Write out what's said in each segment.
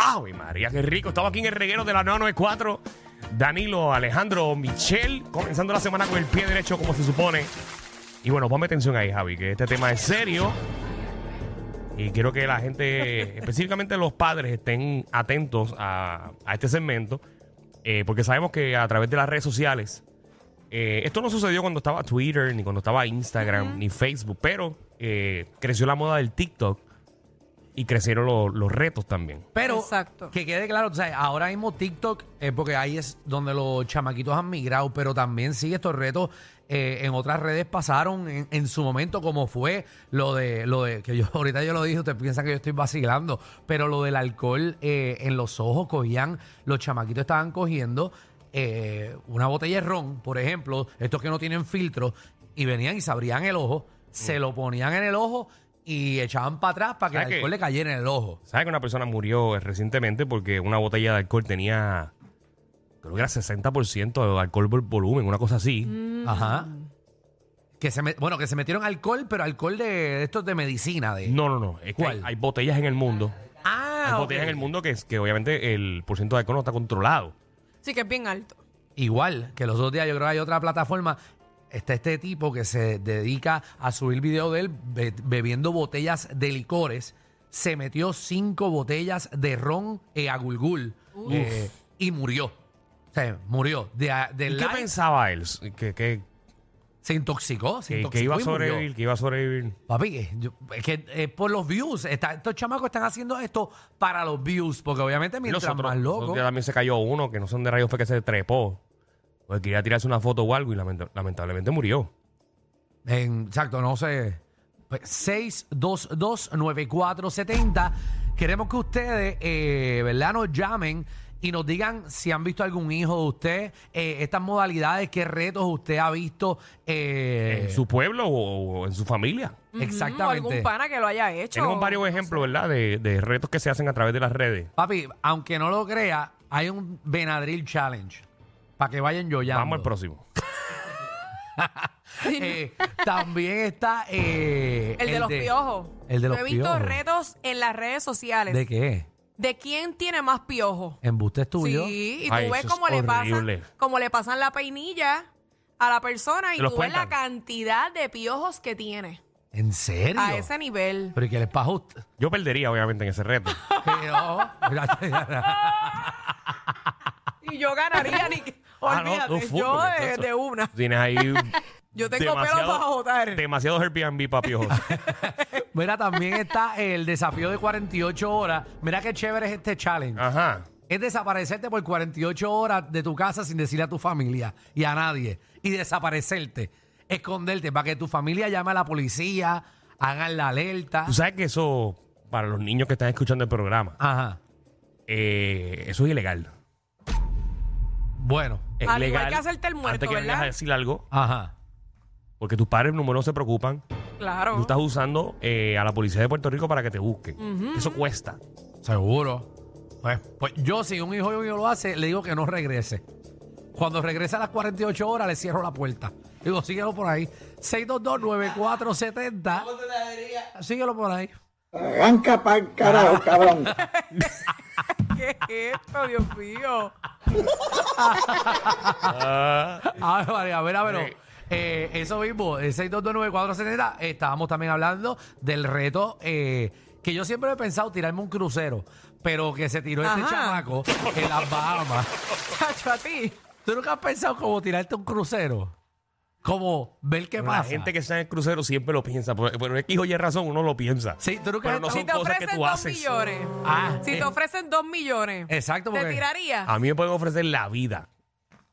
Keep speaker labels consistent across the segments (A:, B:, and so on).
A: ¡Ay, María, qué rico! Estamos aquí en el reguero de la 994. Danilo, Alejandro, Michelle, comenzando la semana con el pie derecho como se supone. Y bueno, ponme atención ahí, Javi, que este tema es serio. Y quiero que la gente, específicamente los padres, estén atentos a, a este segmento. eh, porque sabemos que a través de las redes sociales, eh, esto no sucedió cuando estaba Twitter, ni cuando estaba Instagram, ni Facebook, pero eh, creció la moda del TikTok y crecieron lo- los retos también.
B: Pero
C: Exacto.
B: que quede claro, tú sabes, ahora mismo TikTok, eh, porque ahí es donde los chamaquitos han migrado, pero también sí estos retos eh, en otras redes pasaron en, en su momento, como fue lo de, lo de, que yo ahorita yo lo dije, ustedes piensan que yo estoy vacilando, pero lo del alcohol eh, en los ojos cogían, los chamaquitos estaban cogiendo eh, una botella de ron, por ejemplo, estos que no tienen filtro, y venían y se abrían el ojo, se lo ponían en el ojo y echaban para atrás para que el
A: ¿Sabes qué?
B: alcohol le cayera en el ojo.
A: ¿Sabes que una persona murió eh, recientemente porque una botella de alcohol tenía, creo que era 60% de alcohol por volumen, una cosa así?
B: Mm. Ajá. Que se me- bueno, que se metieron alcohol, pero alcohol de, de estos de medicina. De,
A: No, no, no. Es que
B: ¿Cuál?
A: hay, hay botellas en el mundo.
B: Ah,
A: hay
B: ok.
A: botellas en el mundo que, es- que obviamente el porcentaje de alcohol no está controlado.
C: Sí, que es bien alto. Mm,
B: Igual que los dos días, yo creo que hay otra plataforma. Está este tipo que se dedica a subir video de él be- bebiendo botellas de licores. Se metió cinco botellas de ron eh, a gulgul eh, y murió. O sea, murió. De, a- de
A: ¿Y qué
B: live,
A: pensaba él? Que, que- que-
B: se intoxicó, se
A: que
B: intoxicó
A: iba a
B: y pues, murió.
A: sobrevivir, que iba a sobrevivir.
B: Papi, eh, yo- es que eh, por los views. está- estos chamacos están haciendo esto para los views. Porque obviamente
A: Y
B: mientras
A: los
B: más loco.
A: otros también se cayó uno, que no son de rayos, fue que se trepó. Porque quería tirarse una foto o algo y lamenta- lamentablemente murió.
B: en- exacto, no sé. pues, 6229470. Queremos que ustedes, eh, ¿verdad? Nos llamen y nos digan si han visto algún hijo de usted, eh, estas modalidades, qué retos usted ha visto. eh,
A: ¿En su pueblo o- o en su familia?
B: Exactamente.
C: O algún pana que lo haya hecho.
A: Tenemos varios ejemplos, ¿verdad? De, de retos que se hacen a través de las redes.
B: Papi, aunque no lo crea, hay un Benadryl Challenge. Para que vayan yo
A: Vamos al próximo.
B: Eh, también está eh,
C: El, de los piojos.
B: El de los
C: Yo he visto
B: piojos.
C: retos en las redes sociales.
B: ¿De qué?
C: ¿De quién tiene más piojos?
B: ¿Embuste es tuyo?
C: Sí, y tú
A: Ay,
C: ves
A: eso es
C: cómo le,
A: horrible.
C: pasan, cómo le pasan la peinilla a la persona y
A: ¿Te los
C: tú ves la
A: cuentan?
C: cantidad de piojos que tiene
B: ¿En serio?
C: a ese nivel.
B: ¿Pero y qué les pasa a usted?
A: Yo perdería, obviamente, en ese reto.
B: Pero, mira,
C: Y yo ganaría ni que-
A: Ah, no, tú
C: Olvídate,
A: full,
C: yo
A: porque
C: de,
A: eso-
C: de una.
A: Tienes ahí.
C: Yo tengo
A: demasiado-
C: pelo para botar.
A: Demasiados Airbnb, papiojos.
B: mira, también está el desafío de 48 horas. Mira qué chévere es este challenge.
A: Ajá.
B: Es desaparecerte por 48 horas de tu casa sin decirle a tu familia y a nadie. Y desaparecerte. Esconderte para que tu familia llame a la policía, hagan la alerta.
A: Tú sabes que eso, para los niños que están escuchando el programa,
B: Ajá.
A: eh, eso es ilegal.
B: Bueno.
A: Es
C: Al igual
A: legal.
C: que hacerte el muerto,
A: Antes que vengas
C: ¿verdad?
A: a decir algo,
B: Ajá.
A: porque tus padres, número, no se preocupan. Tú
C: Claro.
A: estás usando eh, a la policía de Puerto Rico para que te busquen. Eso cuesta.
B: Seguro. Pues, pues yo, si un hijo mío lo hace, le digo que no regrese. Cuando regrese a las 48 horas, le cierro la puerta. Digo, síguelo por ahí. 622-9470. Síguelo por ahí.
D: Arranca pa'l carajo, cabrón.
C: ¿Qué es esto, Dios mío?
B: A ver, María, Ah, a ver, a ver.
A: Sí.
B: eh, eso mismo, el 6229470. Estábamos también hablando del reto eh, que yo siempre he pensado tirarme un crucero. pero que se tiró este
C: Ajá.
B: chamaco en las Bahamas.
C: Chacho, a ti.
B: ¿Tú nunca has pensado como tirarte un crucero? Como ver qué
A: La
B: pasa.
A: gente que está en el crucero siempre lo piensa. Pues, por- Por X o Y razón, uno lo piensa.
B: Sí, tú nunca
A: Pero
B: has
A: no
B: estado-
C: Si
A: son
C: te
A: cosas que
C: ofrecen
A: tú
C: dos
A: haces.
C: millones.
B: Ah,
C: Si
B: eh,
C: te ofrecen dos millones.
B: exacto,
C: ¿Te
B: porque
C: tirarías?
A: A mí me pueden ofrecer la vida.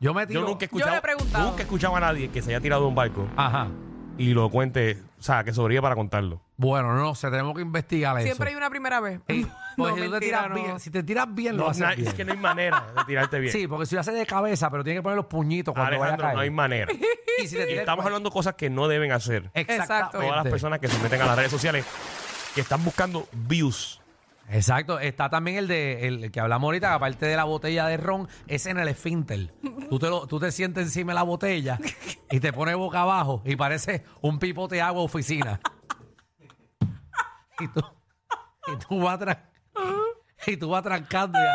B: yo me
A: Yo
B: tiro.
A: nunca he
C: Yo le he
A: escuchado,
C: preguntado.
A: nunca he escuchado a nadie que se haya tirado de un barco
B: Ajá.
A: y lo cuente, o sea, que sobreviva para contarlo.
B: Bueno, no sé, tenemos que investigar
C: Siempre hay
B: eso.
C: una primera vez.
B: Sí, porque si, tú te
C: mentira,
B: tiras bien, si te tiras bien, lo
A: No,
B: haces
A: na-
B: bien.
A: es que no hay manera de tirarte bien.
B: Sí, porque si lo haces de cabeza, pero tiene que poner los puñitos cuando
A: Alejandro,
B: vaya
A: no
B: a
A: hay
B: caer.
A: manera.
B: y si te
A: Y
B: tiras-
A: estamos hablando cosas que no deben hacer.
B: Exactamente.
A: Todas las personas que se meten a las redes sociales que están buscando views.
B: Exacto, está también el de el que hablamos ahorita, que aparte de la botella de ron, es en el esfínter. Tú te, lo- tú te sientes encima de la botella y te pones boca abajo y parece un pipote de agua oficina. Y tú, y tú vas tran- y tú vas trancando ya,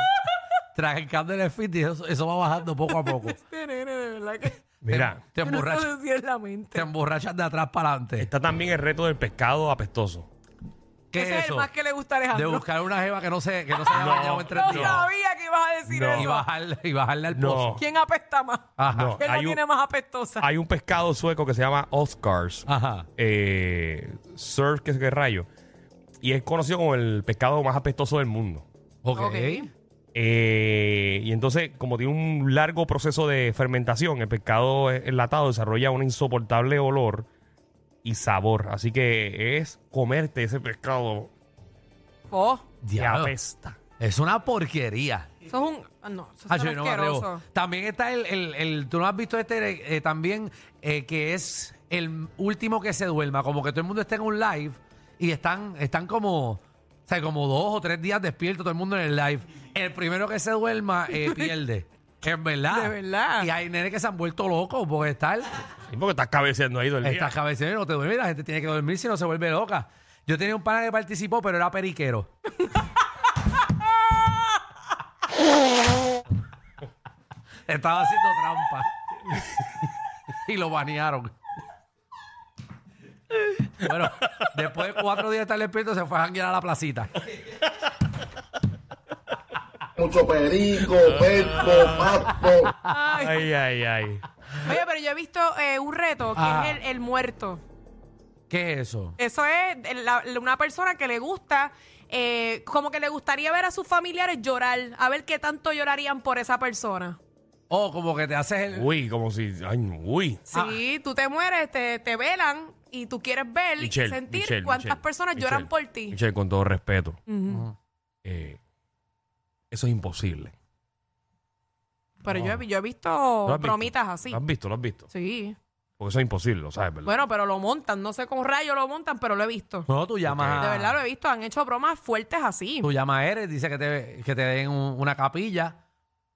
B: trancando el esfínter y eso, eso va bajando poco a poco. Te-
C: Este nene, de verdad que.
A: Mira,
B: te
C: Yo no
B: emborrachas,
C: sé si es la
B: te
C: mente.
B: emborrachas de atrás para adelante.
A: está también el reto del pescado apestoso.
B: ¿Qué
C: Ese es el más que le gusta a
B: De
C: Alejandro.
B: buscar una jeva que no se, que no se haya
A: No,
B: bañado en tres
C: No
B: días.
C: sabía que ibas a decir
A: No.
B: Y
C: eso.
B: bajarle, y bajarle al
A: No.
B: pozo.
C: ¿Quién apesta más?
B: Ajá.
A: No.
C: ¿Quién la
A: Hay un-
C: tiene más apestosa?
A: Hay un pescado sueco que se llama Oscars.
B: Ajá.
A: Eh, surf, que qué rayo. Y es conocido como el pescado más apestoso del mundo.
B: Ok.
C: Ok.
A: Eh, y entonces, como tiene un largo proceso de fermentación, el pescado enlatado desarrolla un insoportable olor y sabor. Así que es comerte ese pescado
C: Oh,
A: que
B: Diablo.
A: apesta.
B: Es una porquería.
C: eso es un. ah, No, eso
B: Ah,
C: es tan
B: yo no me atrevo.
C: asqueroso.
B: También está el, el- el- Tú no has visto este eh, también, eh, que es el último que se duerma. Como que todo el mundo está en un live y están, están como. O sea, como dos o tres días despierto todo el mundo en el live. El primero que se duerma eh, pierde. En verdad.
C: De verdad.
B: Y hay nenes que se han vuelto locos porque estar.
A: ¿Y por qué estás cabeceando ahí todo el día?
B: Estás cabeceando y no te duermes. La gente tiene que dormir si no se vuelve loca. Yo tenía un pana que participó, pero era periquero. Estaba haciendo trampa. y lo banearon. Bueno, después de cuatro días de estar despierto, se fue a janguear a la placita.
D: Mucho perico, perco, papo.
C: Ay.
A: Ay, ay, ay.
C: Oye, pero yo he visto eh, un reto que
B: Ajá.
C: es el, el muerto.
B: ¿Qué es eso?
C: Eso es el- la- una persona que le gusta, eh, como que le gustaría ver a sus familiares llorar, a ver qué tanto llorarían por esa persona.
B: Oh, como que te haces el.
A: Uy, como si. Ay, uy.
C: Sí, tú te mueres, te, te velan y tú quieres ver y
A: Michelle,
C: sentir
A: Michelle,
C: cuántas
A: Michelle,
C: personas
A: Michelle,
C: lloran por ti.
A: Michelle, con todo respeto,
C: Ujú.
A: eh, eso es imposible.
C: Pero yo, he, yo
A: ¿Lo
C: he visto
A: has visto?
C: bromitas así.
A: ¿Lo has visto? ¿Lo has visto?
C: Sí.
A: Porque eso es imposible, lo sabes, ¿verdad?
C: Bueno, pero lo montan. No sé con rayos lo montan, pero lo he visto.
B: No, tú llamas.
C: De
B: a-
C: verdad lo he visto. Han hecho bromas fuertes así.
B: Ah. Tú llamas a Eres, dice que te, que te den un- una capilla,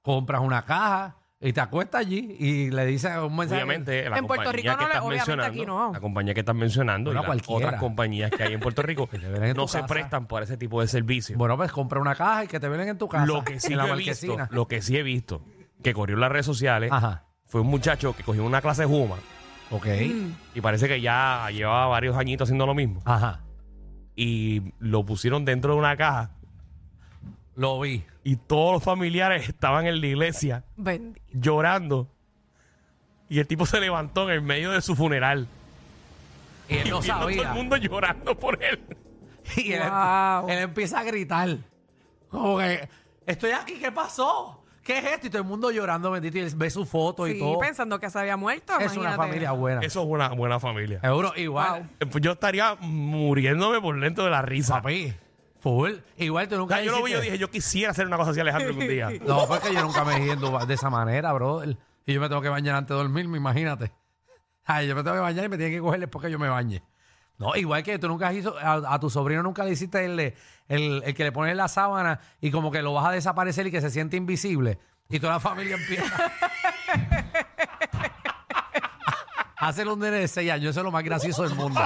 B: compras una caja y te acuestas allí y le dices un mensaje.
A: Obviamente, la
C: En Puerto
A: compañía
C: Rico no
A: que
C: le-
A: estás
C: obviamente
A: mencionando,
C: aquí no.
A: la compañía que estás mencionando
B: Bueno,
A: y las
B: cualquiera.
A: otras compañías que hay en Puerto Rico
B: Que te venden en
A: no
B: tu
A: se
B: casa.
A: prestan para ese tipo de servicio.
B: Bueno, pues compra una caja y que te velen en tu casa.
A: lo que sí yo
B: en
A: he visto,
B: marquesina.
A: lo que sí he visto, que corrió en las redes sociales,
B: Ajá.
A: fue un muchacho que cogió una clase de Juma
B: Ok.
C: Mm.
A: y parece que ya llevaba varios añitos haciendo lo mismo
B: Ajá.
A: y lo pusieron dentro de una caja
B: Lo vi.
A: y todos los familiares estaban en la iglesia
C: Bendi-
A: llorando y el tipo se levantó en el medio de su funeral
B: Y él no
A: viendo todo el
B: sabía.
A: mundo llorando por él.
B: Y él,
C: Wow.
B: él empieza a gritar. Como que, estoy aquí, ¿qué pasó? ¿Qué es esto? Y todo el mundo llorando, bendito. Y él ve su foto y
C: Sí,
B: todo. Es
C: pensando que se había muerto.
B: una
C: imagínate.
B: familia buena.
A: Eso es una buena familia.
B: Seguro, igual.
C: Wow.
A: Ah. Eh, Ah, pues Yo estaría muriéndome por dentro de la risa.
B: Papi, full. Igual tú
A: O
B: nunca
A: sea, yo lo vi y yo
B: hiciste-
A: dije, yo quisiera hacer una cosa así, Alejandro, algún día.
B: No, porque yo nunca me he ido de esa manera, bro. Y yo me tengo que bañar antes de dormirme, imagínate. Ay, yo me tengo que bañar y me tienen que cogerle porque yo me bañe. No, igual que tú nunca has hizo, a, a tu sobrino nunca le hiciste el, de- el, el que le pones la sábana y como que lo vas a desaparecer y que se siente invisible. Y toda la familia empieza. Hacerle un nene de 6 años, eso es lo más gracioso del mundo.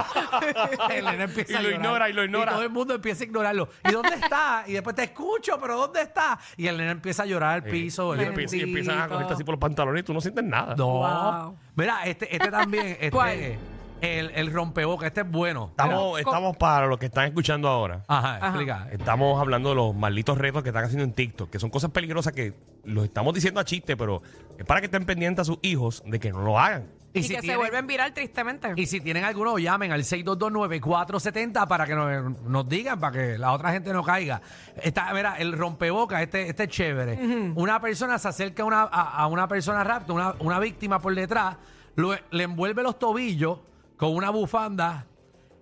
B: El nene empieza
A: Y
B: a
A: lo
B: llorar.
A: ignora, y lo ignora.
B: todo el mundo empieza a ignorarlo. ¿Y dónde está? Y después te escucho, pero ¿dónde está? Y el nene empieza a llorar al piso.
A: Eh, Y
B: el-
A: empie- y empiezan a
C: Bendito.
A: cogerte así por los pantalones y tú no sientes nada.
B: No.
C: Wow.
B: Mira, este, este también. Este,
C: ¿Cuál?
B: eh, El, el rompeboca, este es bueno.
A: Estamos, estamos para los que están escuchando ahora.
B: Ajá, explica.
A: Estamos hablando de los malditos retos que están haciendo en TikTok, que son cosas peligrosas que los estamos diciendo a chiste, pero es para que estén pendientes a sus hijos de que no lo hagan.
C: Y, que se
B: tienen-
C: vuelven viral tristemente.
B: Y si tienen alguno, llamen al 6229470 para que nos, nos digan, para que la otra gente no caiga. Está, mira, el rompeboca, este, este es chévere. Una persona se acerca a una, a, a una persona rapta, una, una víctima por detrás, lo- le envuelve los tobillos con una bufanda.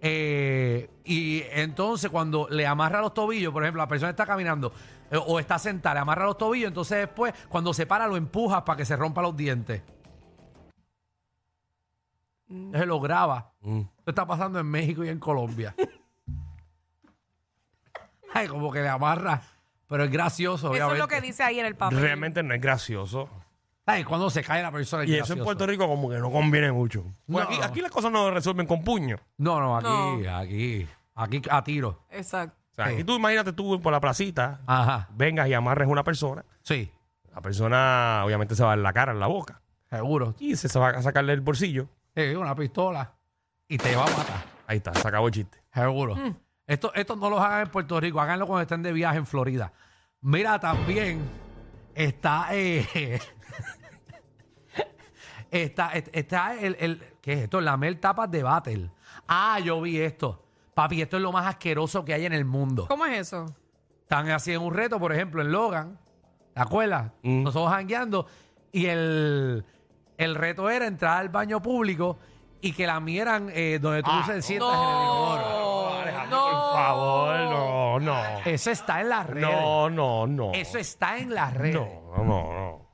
B: eh, y entonces cuando le amarra los tobillos, por ejemplo, la persona está caminando eh, o está sentada, le amarra los tobillos, entonces después cuando se para lo empujas para que se rompa los dientes. Entonces lo graba.
A: Mm.
B: Esto está pasando en México y en Colombia. Ay, como que le amarra. Pero es gracioso,
C: Eso es lo
B: obviamente.
C: que dice ahí en el papel.
A: Realmente no es gracioso.
B: Ay, cuando se cae la persona. es
A: Y eso en
B: gracioso.
A: Puerto Rico como que no conviene mucho. Pues
B: No.
A: aquí, aquí las cosas no se resuelven con puño.
B: No, no, aquí, aquí. Aquí a tiro.
C: Exacto.
A: O sea,
B: Sí.
A: aquí tú imagínate tú por la placita,
B: Ajá.
A: vengas y amarres a una persona.
B: Sí,
A: La persona obviamente se va en la cara, en la boca.
B: seguro.
A: Y se va a sacarle el bolsillo.
B: Sí, una pistola. Y te va a matar.
A: Ahí está, se acabó el chiste.
B: Seguro. Esto, esto no lo hagan en Puerto Rico, háganlo cuando estén de viaje en Florida. Mira, también está. eh, está est- está el, el- ¿Qué es esto? Lamer tapas de battle. Ah, yo vi esto. Papi, esto es lo más asqueroso que hay en el mundo.
C: ¿Cómo es eso?
B: Están haciendo un reto, por ejemplo, en Logan, ¿te acuerdas?
A: Mm.
B: Nosotros jangueando y el, el reto era entrar al baño público y que lamieran eh, donde tú
A: Ah,
B: se sientas en el inodoro.
C: No,
A: Por favor, no, no.
B: Eso está en las redes.
A: No, no, no.
B: Eso está en las redes.
A: No, no, no.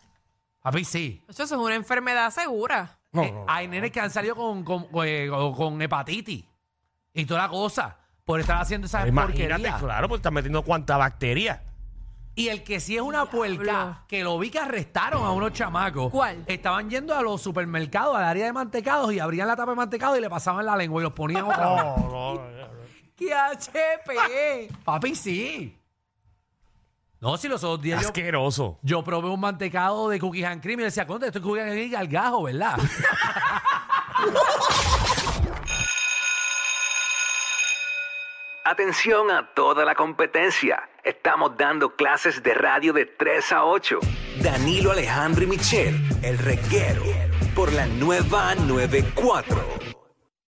B: A mí sí.
C: Eso es una enfermedad segura.
A: No,
B: Eh,
A: no, no.
B: hay nenes que han salido con, con, eh, con- con hepatitis y toda la cosa por estar haciendo esas
A: Pero Imagínate,
B: porquerías.
A: claro, porque estás metiendo cuánta bacteria.
B: Y el que sí es una puerca, que lo vi que arrestaron a unos chamacos.
C: ¿Cuál?
B: Estaban yendo a los supermercados, al área de mantecados y abrían la tapa de mantecado y le pasaban la lengua y los ponían otra vez.
C: ¡Qué HP!
B: Papi, sí. No, si los otros días yo-
A: Asqueroso.
B: Yo probé un mantecado de cookies and cream y decía, contra, esto es cookies and cream al gajo, ¿verdad?
E: Atención a toda la competencia. Estamos dando clases de radio de 3 a 8. Danilo Alejandro y Michel, el reguero, por la nueva 94.